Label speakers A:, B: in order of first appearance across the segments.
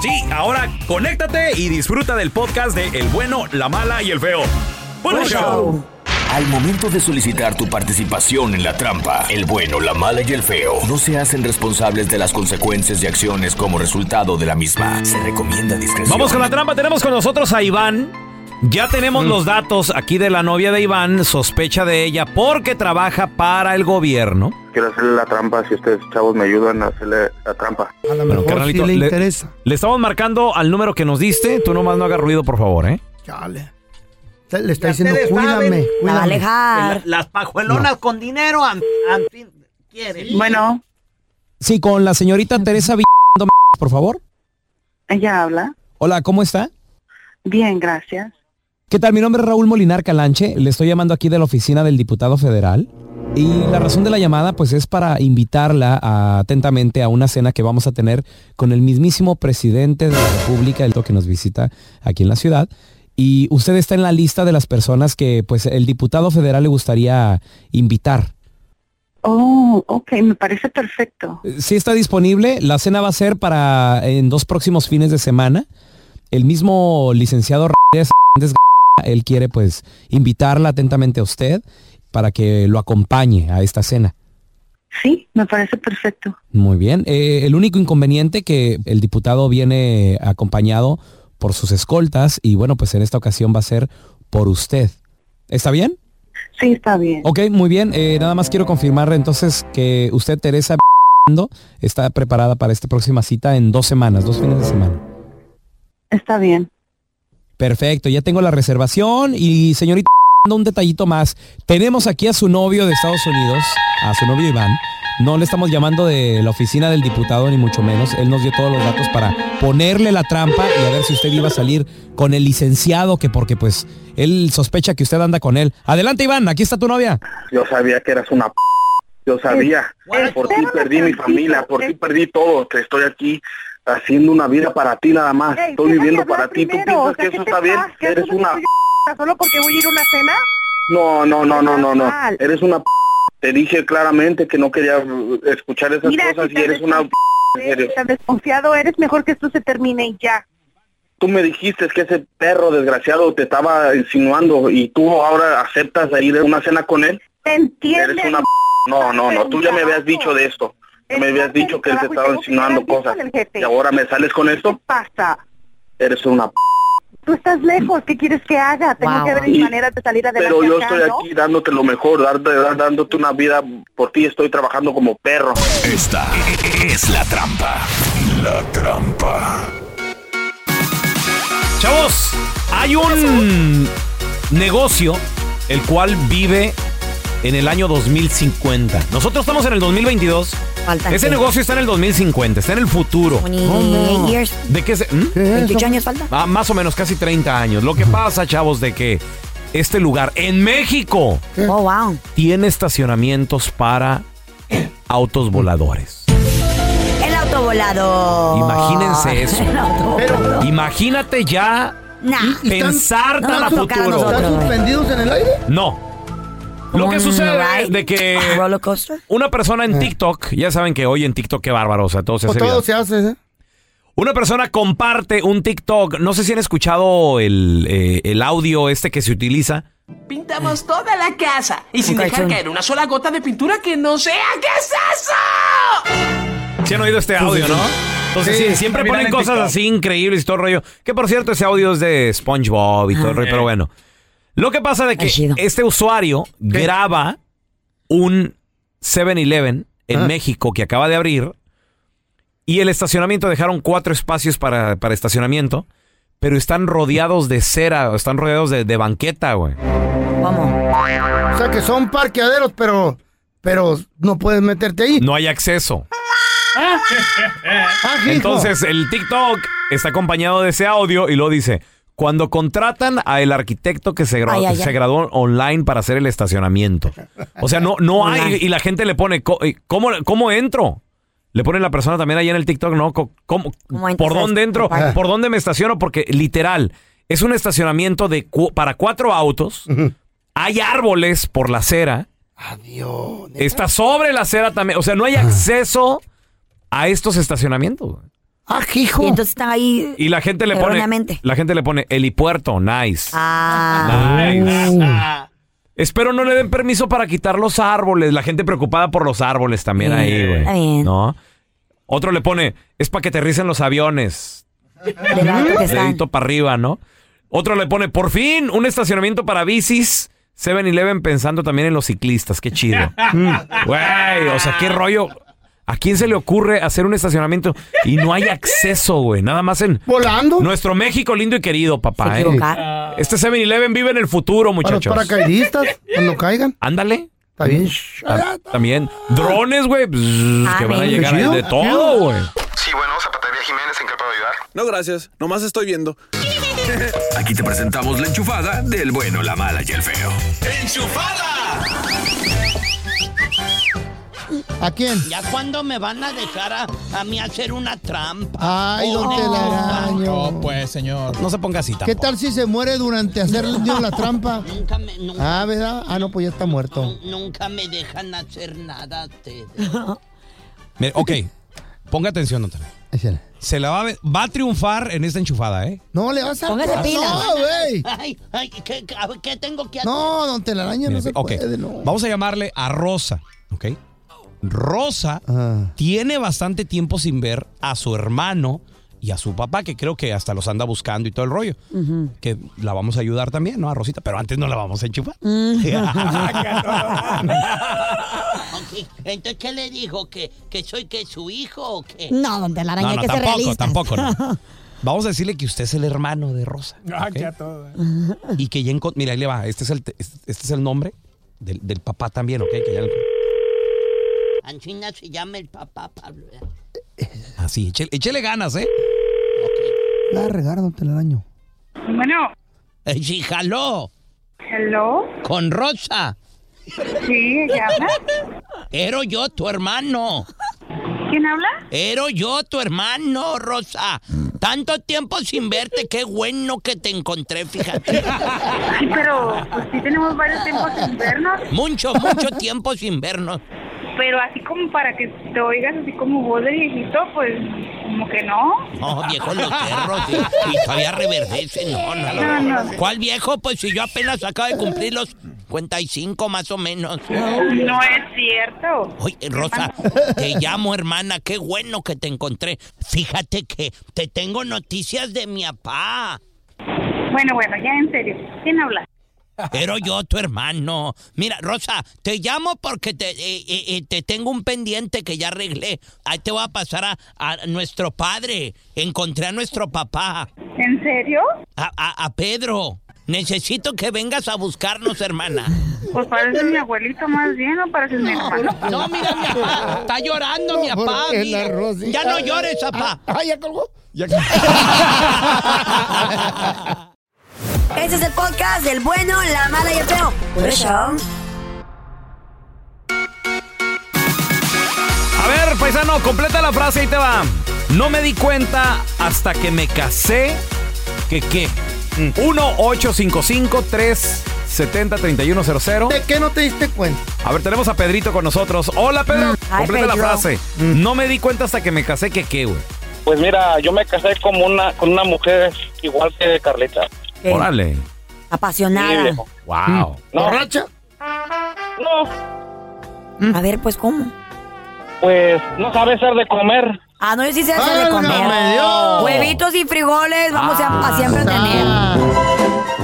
A: Sí, ahora conéctate y disfruta del podcast de El bueno, la mala y el feo. Buen
B: Buen
A: show.
B: show. Al momento de solicitar tu participación en la trampa, el bueno, la mala y el feo no se hacen responsables de las consecuencias y acciones como resultado de la misma. Se recomienda discreción.
A: Vamos con la trampa, tenemos con nosotros a Iván. Ya
B: Mm.
A: tenemos los datos aquí de la novia de Iván, sospecha de ella porque trabaja para el gobierno.
C: Quiero hacerle la trampa, si ustedes chavos me ayudan a hacerle la trampa.
A: Bueno, carnalito, le, le estamos marcando al número que nos diste, tú nomás no hagas ruido, por favor, ¿eh?
D: Chale. Le está diciendo, cuídame,
E: La va a
D: cuídame.
E: alejar.
F: Las pajuelonas con dinero, an- an- fin- quieren.
G: Bueno,
H: Sí, con la señorita Teresa Villando, por favor.
G: ella habla.
H: Hola, ¿cómo está?
G: Bien, gracias.
H: ¿Qué tal? Mi nombre es Raúl Molinar Calanche. Le estoy llamando aquí de la oficina del diputado federal. Y la razón de la llamada, pues, es para invitarla a- atentamente a una cena que vamos a tener con el mismísimo presidente de la República, el que nos visita aquí en la ciudad. Y usted está en la lista de las personas que, pues, el diputado federal le gustaría invitar.
G: Oh, ok, me parece perfecto.
H: Sí está disponible. La cena va a ser para en dos próximos fines de semana. El mismo licenciado Ramírez Hernández García, él quiere pues invitarla atentamente a usted para que lo acompañe a esta cena.
G: Sí, me parece perfecto.
H: Muy bien. Eh, el único inconveniente que el diputado viene acompañado por sus escoltas y bueno, pues en esta ocasión va a ser por usted. ¿Está bien?
G: Sí, está bien.
H: Ok, muy bien. Eh, nada más quiero confirmar entonces que usted, Teresa, está preparada para esta próxima cita en dos semanas, dos fines de semana.
G: Está bien.
H: Perfecto, ya tengo la reservación y señorita, un detallito más. Tenemos aquí a su novio de Estados Unidos, a su novio Iván. No le estamos llamando de la oficina del diputado ni mucho menos. Él nos dio todos los datos para ponerle la trampa y a ver si usted iba a salir con el licenciado, que porque pues él sospecha que usted anda con él. Adelante Iván, aquí está tu novia.
C: Yo sabía que eras una p... Yo sabía.
G: Guau.
C: Por ti perdí mi familia, por ti perdí todo. Te estoy aquí haciendo una vida para ti nada más.
I: Ey,
C: Estoy
I: déjame
C: viviendo
I: hablar
C: para ti. ¿Tú
I: primero,
C: piensas
I: o sea,
C: que
I: ¿qué
C: eso
I: te
C: está bien?
I: pasa? ¿Qué
C: Eres
I: haces
C: una...
I: con tu solo porque voy a ir a una cena?
C: No, no, no, no, no, no.
I: mal.
C: Eres una p... Te dije claramente que no quería uh, escuchar esas
I: Mira,
C: cosas
I: si
C: y
I: te
C: eres una... p- En serio.
I: Tan desconfiado eres, mejor que esto se termine y ya.
C: Tú me dijiste que ese perro desgraciado te estaba insinuando y tú ahora aceptas ir a una cena con él.
I: ¿Te
C: Eres
I: entiendes?
C: una... p- No, no, no, tú ya me habías dicho de esto. Ya me habías dicho que él te estaba insinuando cosas. Y ahora me sales con
I: ¿Qué
C: esto.
I: pasa?
C: Eres una... p-
I: Tú estás lejos, ¿qué quieres que haga? Tengo
F: Wow.
I: que ver
C: Y-
I: mi manera de salir adelante
C: Pero yo
I: acá,
C: estoy
I: ¿no?
C: aquí dándote lo mejor, dar- dar- dándote una vida por ti. Estoy trabajando como perro.
B: Esta es la trampa. La trampa.
A: Chavos, hay un negocio el cual vive en el año 2050. Nosotros estamos en el 2022.
E: Falta
A: Ese
E: que-
A: negocio está en el 2050, está en Oh, el futuro.
E: 28 years.
A: ¿De qué se...? ¿Mm?
D: ¿Qué es eso?
E: 28 años falta.
A: Ah, más o menos casi 30 años. Lo que pasa, chavos, de que este lugar en México
E: Oh, wow.
A: tiene estacionamientos para autos voladores.
E: El autovolado.
A: Imagínense eso.
E: El autovolado.
A: Imagínate ya
E: Nah.
D: Y están-
A: pensar
E: no
A: tan a
E: nos toca a
A: futuro.
E: nosotros.
D: ¿Están suspendidos en el aire?
A: No. Lo que
E: Un
A: sucede es
E: ride,
A: de que
E: a roller coaster.
A: una persona en TikTok, ya saben que hoy en TikTok qué bárbaro, o sea, todo se
D: Pues
A: hace
D: todo
A: viral.
D: se hace, ¿eh?
A: Una persona comparte un TikTok. No sé si han escuchado el, eh, el audio este que se utiliza.
J: Pintamos toda la casa y sin
E: Un
J: dejar
E: calzón.
J: caer una sola gota de pintura que no sea. ¿Qué es eso?
A: Si han oído este audio, ¿no? Entonces,
D: Sí,
A: sí, siempre ponen cosas así increíbles y todo el rollo. Que por cierto, ese audio es de SpongeBob y todo el rollo,
D: Eh.
A: pero bueno. Lo que pasa de que
E: Ay, chido.
A: este usuario graba un 7-Eleven en
D: Ah.
A: México que acaba de abrir y el estacionamiento dejaron cuatro espacios para, para estacionamiento, pero están rodeados de cera, están rodeados de, de banqueta, güey.
E: Vamos.
D: O sea, que son parqueaderos, pero, pero no puedes meterte ahí.
A: No hay acceso.
D: Ah, hijo.
A: Entonces el TikTok está acompañado de ese audio y luego dice, cuando contratan al arquitecto que se, gra-
E: Ay, ay,
A: se
E: ay.
A: graduó online para hacer el estacionamiento. O sea, no, no hay, y la gente le pone, "Co- eh, ¿cómo, cómo entro? Le pone la persona también ahí en el TikTok, ¿no? Co- ¿Cómo,
E: ¿Cómo entras
A: ¿Por
E: a
A: dónde
E: este
A: entro?
E: parque?
A: ¿Por dónde me estaciono? Porque literal, es un estacionamiento de cu- para cuatro autos. Hay árboles por la acera. Adiós. Está sobre la acera también. O sea, no hay
E: Ah.
A: acceso a estos estacionamientos.
D: Ah, hijo.
E: Y entonces están ahí.
A: Y la gente le pone.
E: Erróneamente.
A: La gente le pone helipuerto, nice.
E: Ah.
A: Nice. Espero no le den permiso para quitar los árboles. La gente preocupada por los árboles también ahí, güey.
E: Está bien.
A: ¿No? Otro le pone, es para que aterricen los aviones.
E: del alto que están.
A: Dedito para arriba, ¿no? Otro le pone, por fin, un estacionamiento para bicis. 7-Eleven pensando también en los ciclistas. Qué chido. Güey, o sea, qué rollo. ¿A quién se le ocurre hacer un estacionamiento y no hay acceso, güey? Nada más en
D: Volando.
A: nuestro México lindo y querido, papá.
E: Se
A: ¿eh?
E: equivocaron.
K: Ah.
A: Este 7-Eleven vive en el futuro,
D: Para los
A: muchachos.
D: paracaidistas, cuando caigan.
A: Ándale.
D: Está bien.
A: Ta- También drones, güey, bzz,
E: Ah,
A: que van a
E: ven.
A: llegar
D: Qué chido.
A: de todo, güey.
C: Sí, bueno, Zapatería Jiménez, ¿en qué puedo ayudar?
L: No, gracias. Nomás estoy viendo.
B: Aquí te presentamos la enchufada del bueno, la mala y el feo.
D: ¿A quién?
F: Ya cuando me van a dejar a, a mí hacer una trampa.
D: Ay,
F: Oh,
D: don Telaraño.
L: pues, señor.
K: No se ponga así
D: ¿Qué tal si se muere durante hacer Dios la trampa?
F: Nunca me, nunca,
D: Ah, ¿verdad? Ah, no, pues ya está muerto.
F: nunca me dejan hacer nada. ustedes.
K: Mira, ok, ponga atención, Natalia.
D: Échale.
K: Se la va a, ve- va a triunfar en esta enchufada, ¿eh?
D: No, le vas a...
E: Póngase
D: Ah,
E: pilas.
D: No, güey.
F: Ay, ay, ¿qué, a ver, qué tengo que hacer?
D: No, don Telaraño, no
K: Mira,
D: se
K: ok,
D: puede, no.
K: Vamos a llamarle a Rosa, ¿ok? Rosa
D: Ah.
K: tiene bastante tiempo sin ver a su hermano y a su papá, que creo que hasta los anda buscando y todo el rollo. Que la vamos a ayudar también, ¿no? A Rosita, pero antes no la vamos a enchufar.
F: Ok, Entonces, ¿qué le dijo? ¿Que, que soy que su hijo o qué?
E: No, don Telaraña, hay que ser
K: tampoco,
E: realistas.
K: tampoco. no. Vamos a decirle que usted es el hermano de Rosa. ¿ok? Y que ya encontró. Mira, ahí le va. Este es el, te- este este es el nombre del, del papá también, ¿ok? Que ya lo-
F: Ancina se llama el papá Pablo. ¿verdad?
K: Así, échele, échele ganas, ¿eh?
D: La regar, don Telaraño.
I: Bueno,
F: Eh, Sí, jaló.
I: hello.
F: Con Rosa.
I: Sí, ella habla.
F: Ero yo tu hermano.
I: ¿Quién habla?
F: Ero yo tu hermano, Rosa. Tanto tiempo sin verte, qué bueno que te encontré, fíjate.
I: Sí, pero pues sí tenemos varios tiempos sin vernos,
F: Mucho, mucho tiempo sin vernos.
I: pero así como para que te oigas así como voz de viejito, pues como que no.
F: No, viejo, los perros. Y, y todavía reverdece, no, no, no.
I: No, no.
F: ¿Cuál viejo? Pues si yo apenas acabo de cumplir los 55 más o menos.
I: No es cierto.
F: Oye, Rosa, te llamo hermana, qué bueno que te encontré. Fíjate que te tengo noticias de mi papá.
I: Bueno, bueno, ya en serio. ¿Quién habla?
F: Pero yo, tu hermano. Mira, Rosa, te llamo porque te, eh, eh, eh, te tengo un pendiente que ya arreglé. Ahí te voy a pasar a, a nuestro padre. Encontré a nuestro papá,
I: ¿En serio?
F: a, a- a Pedro. Necesito que vengas a buscarnos, hermana.
I: Pues parece mi abuelito más bien, ¿no? Parece mi hermano.
F: No, mira, mi papá. Está llorando, mi
D: No,
F: papá.
D: porque
F: mira.
D: la Rosita-
F: Ya no llores, papá.
D: Ah, ya colgó.
E: Ese es el podcast del bueno, la mala y el feo. Por eso.
A: A ver, paisano, completa la frase, ahí te va. No me di cuenta hasta que me casé que qué. 1-855-370-3100.
D: ¿De qué no te diste cuenta?
A: A ver, tenemos a Pedrito con nosotros. Hola, Mm. Pedro. Mm.
E: Ay,
A: Completa la
E: Pedro.
A: frase. No me di cuenta hasta que me casé que qué, güey.
C: Pues mira, yo me casé con una, con una mujer igual que Carlita.
E: Eh,
A: Órale.
C: Sí,
E: Apasionada.
C: viejo.
A: Wow.
C: No,
D: ¿Borracha?
C: no,
E: A ver, pues, ¿cómo?
C: pues no sabe hacer de comer.
E: Ah, no, yo sí sé hacer de
D: ¡Válgame
E: comer.
D: Dios!
E: Huevitos y frijoles, vamos a, a siempre tener.
D: Ah,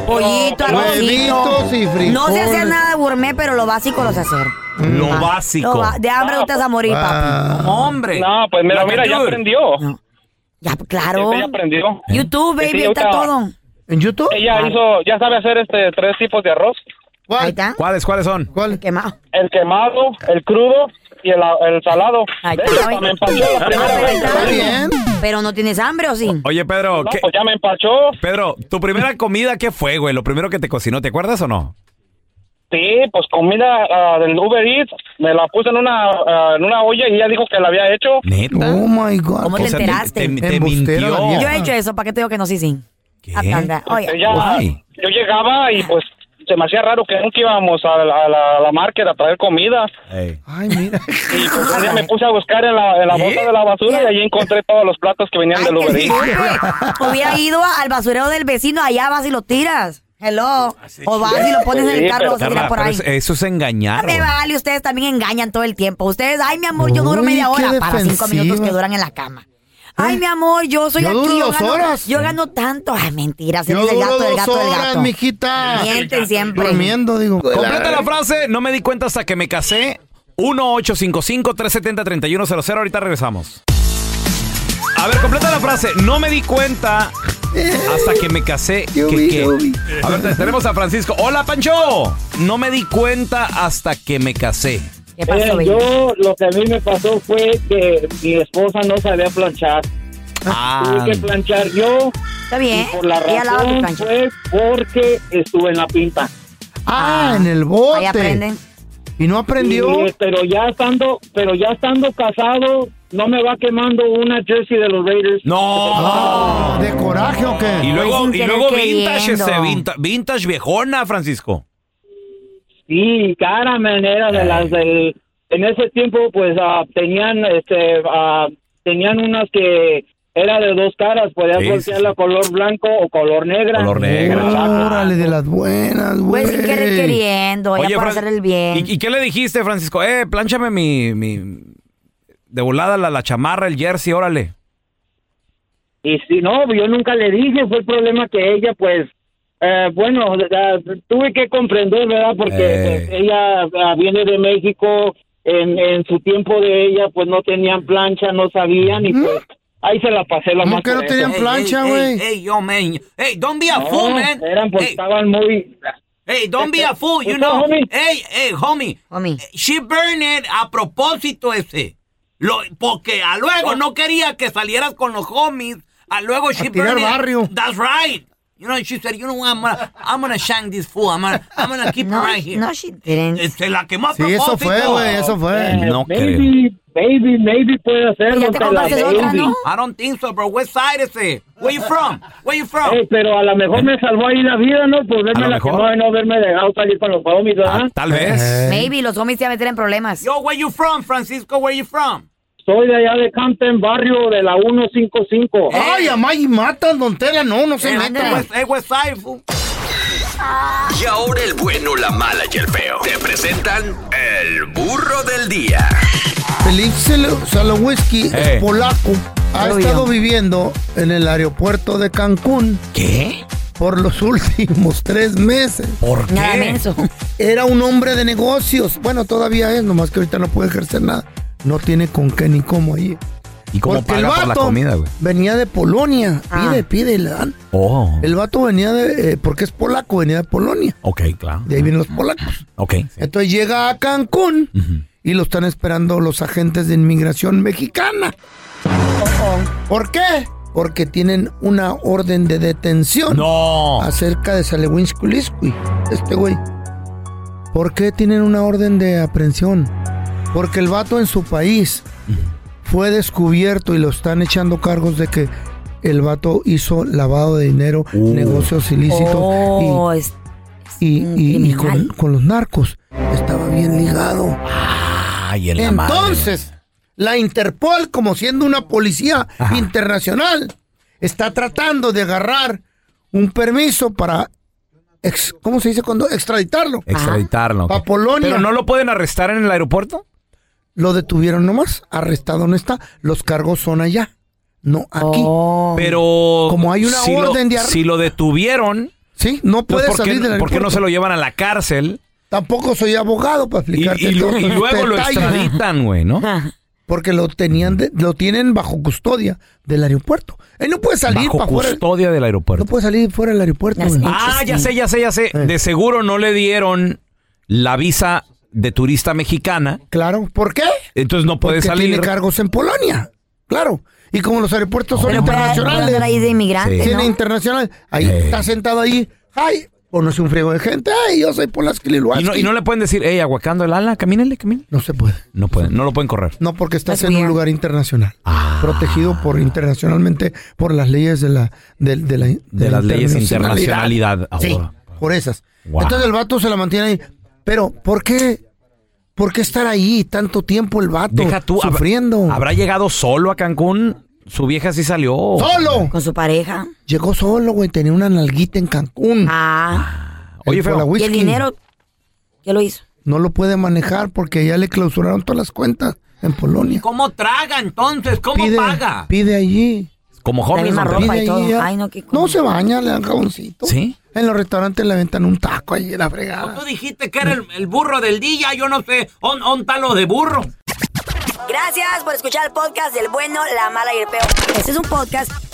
E: Pollito,
D: Huevitos
E: arrocito.
D: y frijoles.
E: No sé hacer nada gourmet, pero lo básico lo sé hacer.
A: Lo
E: Ah,
A: básico.
E: lo ba- de hambre no te vas a morir,
D: Ah.
E: papi.
A: Hombre.
C: No, pues mira,
A: Like
C: mira,
A: a
C: ya
A: dude.
C: aprendió.
E: Ya, pues, claro.
C: Ella aprendió.
E: YouTube,
C: Sí,
E: baby,
C: sí,
E: está
C: ahorita-
E: todo.
D: ¿En YouTube?
C: Ella
F: Ah.
C: hizo, ya sabe hacer este tres tipos de arroz.
E: Ahí
D: ¿Cuál?
E: está.
A: ¿Cuáles, cuáles son?
D: ¿Cuál?
E: Quemado.
C: El quemado, el crudo y el, el salado.
E: Ahí
C: Ve,
E: está,
C: hasta
E: güey.
C: me empató la primera
E: Ahí Ah,
C: vez.
E: está.
D: ¿Está bien?
E: Pero no tienes hambre o sí.
A: Oye, Pedro.
E: No,
A: pues ya me empachó. Pedro, ¿tu primera comida qué fue, güey? Lo primero que te cocinó, ¿te acuerdas o no?
H: Sí, pues comida ah, del Uber Eats, me la puse en una, ah, en una olla y ella dijo que la había hecho.
D: Oh my God.
E: ¿Cómo te enteraste?
D: Embustera la vieja.
E: Yo he hecho eso, ¿para qué te digo que no sí sí? Atanda. Oye,
H: Ella- yo llegaba y pues se me hacía raro que nunca íbamos a la, a la- a la market a traer comida.
D: Ay, mira.
H: Y pues un día me puse a buscar en la, en la bolsa de la basura y allí encontré todos los platos que venían del Uber Eats.
E: hubiera ido a- al basurero del vecino, allá vas y lo tiras. Hello. O vas y lo pones en el carro, vas a tirar por
A: Carla,
E: ahí.
A: pero es- Eso es engañar.
E: Me
A: güey.
E: vale, ustedes también engañan todo el tiempo. Ustedes, ay, mi amor, yo duro
A: Uy,
E: media
A: qué
E: hora para cinco
A: defensiva.
E: minutos que duran en la cama. Ay, mi amor, yo soy
D: Yo
E: aquí.
D: duro
E: yo,
D: dos
E: gano,
D: horas.
E: yo gano tanto. Ay, mentiras.
D: Yo
E: eres el
D: duro
E: gato, el
D: dos
E: gato, el
D: horas,
E: gato.
D: mijita.
E: Mienten siempre.
D: Durmiendo, digo.
A: Completa la frase, no me di cuenta hasta que me casé. 1-855-370-3100. Ahorita regresamos. A ver, completa la frase. No me di cuenta hasta que me casé. que qué. A ver, te- tenemos a Francisco. Hola, Pancho. No me di cuenta hasta que me casé.
H: Eh, yo lo que a mí me pasó fue que mi esposa no sabía planchar.
A: Ah,
H: Tuve que planchar yo. Está
E: bien.
H: por la
E: Ella lava tu
H: razón
E: plancha.
H: fue porque estuve en la pinta.
D: Ah, en el bote.
H: Ahí aprenden.
D: Y no aprendió.
H: Y, eh, pero ya estando, pero ya estando casado, no me va quemando una jersey de los Raiders.
A: No.
D: Ah, ¿De coraje o qué?
A: Y luego,
H: Pues, sin
A: y luego
H: querer
A: vintage,
H: queriendo.
A: ese, vinta- vintage viejona, Francisco.
H: Sí, cara manera
D: Eh.
H: de las del. En ese tiempo, pues ah, tenían, este, ah, tenían unas que era de dos caras, podías
D: Sí, sí,
H: voltearla color blanco o color negra.
A: Color negra.
D: Órale, de las buenas, güey.
E: Pues sin querer queriendo,
A: Oye,
E: ya para
A: Fran-
E: hacer el bien.
A: ¿Y, y qué le dijiste, Francisco? Eh, plánchame mi. mi de volada la, la chamarra, el jersey, órale.
H: Y si no, yo nunca le dije, fue el problema que ella, pues, eh, bueno, eh, tuve que comprender, ¿verdad? Porque pues, ella ah, viene de México, en, en su tiempo de ella, pues no tenían plancha, no sabían, y pues ahí se la pasé la más. por eso.
F: Ey, ey, yo, man. Hey, don't be a
H: No,
F: fool, man.
H: eran, pues,
F: Ey.
H: estaban muy... eh,
F: Hey, don't be a fool, you
H: What's
F: know.
H: up, homie?
F: Hey, hey, homie.
A: eh,
F: She burned it a propósito ese. Lo, porque a luego no quería que salieras con los homies. A luego she
D: tirar
F: burned it.
D: barrio.
F: That's right. You know, she said, you know what, I'm gonna, I'm gonna shank this fool. I'm gonna, I'm gonna
A: eh,
F: keep her right here.
E: No, she didn't.
F: Eh, Se la quemó a
D: Sí, eso
F: propósito.
D: fue, güey, eso fue.
H: Eh, maybe, maybe, maybe puede hacerlo.
F: Ya te
H: Tela,
F: compraste otra,
H: maybe.
F: ¿no? I don't think so, bro. What side is it? Where you from? Where you from?
A: Eh,
H: Ey, Eh, pero a lo mejor me salvó ahí la vida, ¿no? Por verme la quemada y no haberme dejado salir con los homies,
A: Ah,
H: ¿verdad?
D: Ah,
A: tal vez.
E: Eh. Maybe los homies te van a meter en problemas.
F: Yo, where you from, Francisco? Where you from?
H: Soy de allá de Campton, barrio de la 155.
D: Ay, amá, y matan, don Tela. No, no se mata.
F: Hey, Eh, west side, fool.
B: Y ahora el bueno, la mala y el feo. Te presentan el burro del día.
D: Felipe Selo- Salowski
B: Eh.
D: es polaco. Ha
B: Obvio.
D: estado viviendo en el aeropuerto de Cancún.
A: ¿Qué?
D: Por los últimos tres meses.
A: ¿Por
E: qué? Nada menso.
D: Era un hombre de negocios. Bueno, todavía es, nomás que ahorita no puede ejercer nada. No tiene con qué ni cómo ir.
A: ¿Y cómo
D: Porque el
A: paga por la
D: vato
A: comida, güey?
D: Venía de Polonia.
A: Ah.
D: Pide, pide, y le dan.
A: Oh,
D: El vato venía de, eh, porque es polaco, venía de Polonia.
A: ok, claro.
D: De ahí vienen los polacos.
A: Ok.
D: Entonces llega a Cancún y lo están esperando los agentes de inmigración mexicana. ¿Por qué? Porque tienen una orden de detención
F: Oh.
D: acerca de Salewinskuliskui, este güey. ¿Por qué tienen una orden de aprehensión? Porque el vato en su país fue descubierto y lo están echando cargos de que el vato hizo lavado de dinero, negocios ilícitos
E: Oh,
D: y,
E: es-
D: y- y- y con, con los narcos. Estaba bien ligado.
A: Ay, en la madre.
D: Entonces, la Interpol, como siendo una policía internacional, está tratando de agarrar un permiso para, ex- ¿cómo se dice cuando? Extraditarlo.
A: Extraditarlo. ok.
D: A Polonia.
A: ¿Pero no lo pueden arrestar en el aeropuerto?
D: Lo detuvieron nomás, arrestado no está. Los cargos son allá, no aquí.
A: Oh. Pero.
D: Como hay una
A: si lo-
D: orden de arresto.
A: Si lo detuvieron.
D: Sí, no
A: pues,
D: puede
A: ¿por qué
D: salir
A: no-
D: del
A: ¿Por qué no
D: aeropuerto?
A: se lo llevan a la cárcel?
D: Tampoco soy abogado para
A: Y,
D: explicarte
A: y lu-
D: todos
A: y
D: los
A: luego lo
D: detalles.
A: extraditan, güey, ¿no?
D: Porque lo tenían, de- lo tienen bajo custodia del aeropuerto. Él no puede salir
A: Bajo
D: para fuera.
A: custodia del aeropuerto.
D: No puede salir fuera del aeropuerto. güey.
A: Ah, ya sé, ya sé, ya sé. De seguro no le dieron la visa de turista mexicana.
D: Claro, ¿por qué?
A: Entonces no puede
D: Porque
A: salir.
D: tiene cargos en Polonia. Claro. Y como los aeropuertos son
E: Pero puede-
D: internacionales.
E: puede andar ahí de inmigrante, Sí. ¿no?
D: Tiene internacional. Ahí está sentado ahí. ¡Ay! Conoce un friego de gente. ¡Ay! Yo soy Polaski
A: Y no, y no le pueden decir, hey, aguacando el ala, camínenle, camínenle.
D: No se puede.
A: No pueden, no lo pueden correr.
D: No, porque estás en un lugar internacional.
A: Ah.
D: Protegido por internacionalmente por las leyes de la. De, de la- de
A: De
D: la
A: las leyes internacionalidad.
D: Sí,
A: ahora.
D: por esas.
A: Wow.
D: Entonces el vato se la mantiene ahí. Pero, ¿por qué? ¿Por qué estar ahí tanto tiempo el vato?
A: Deja tú. hab-
D: sufriendo.
A: ¿Habrá llegado solo a Cancún? Su vieja sí salió.
D: ¡Solo!
E: Con su pareja.
D: Llegó solo, güey. Tenía una nalguita en Cancún.
E: Ah.
D: El
A: Oye, feo.
D: Polawhisky
E: ¿Y el dinero? ¿Qué lo hizo?
D: No lo puede manejar porque ya le clausuraron todas las cuentas en Polonia.
F: ¿Cómo traga entonces? ¿Cómo
D: Pide,
F: paga?
D: pide allí.
A: Como
F: La misma
D: hombre.
F: ropa y
D: Pide
F: todo.
D: allí, ya.
F: Ay,
E: no,
D: se baña, le dan jaboncito.
A: ¿Sí?
D: En los restaurantes le aventan un taco allí, la fregada.
F: Tú dijiste que era el, el burro del día, yo no sé, un, un talo de burro.
E: Gracias por escuchar el podcast del bueno, la mala y el peor. Este es un podcast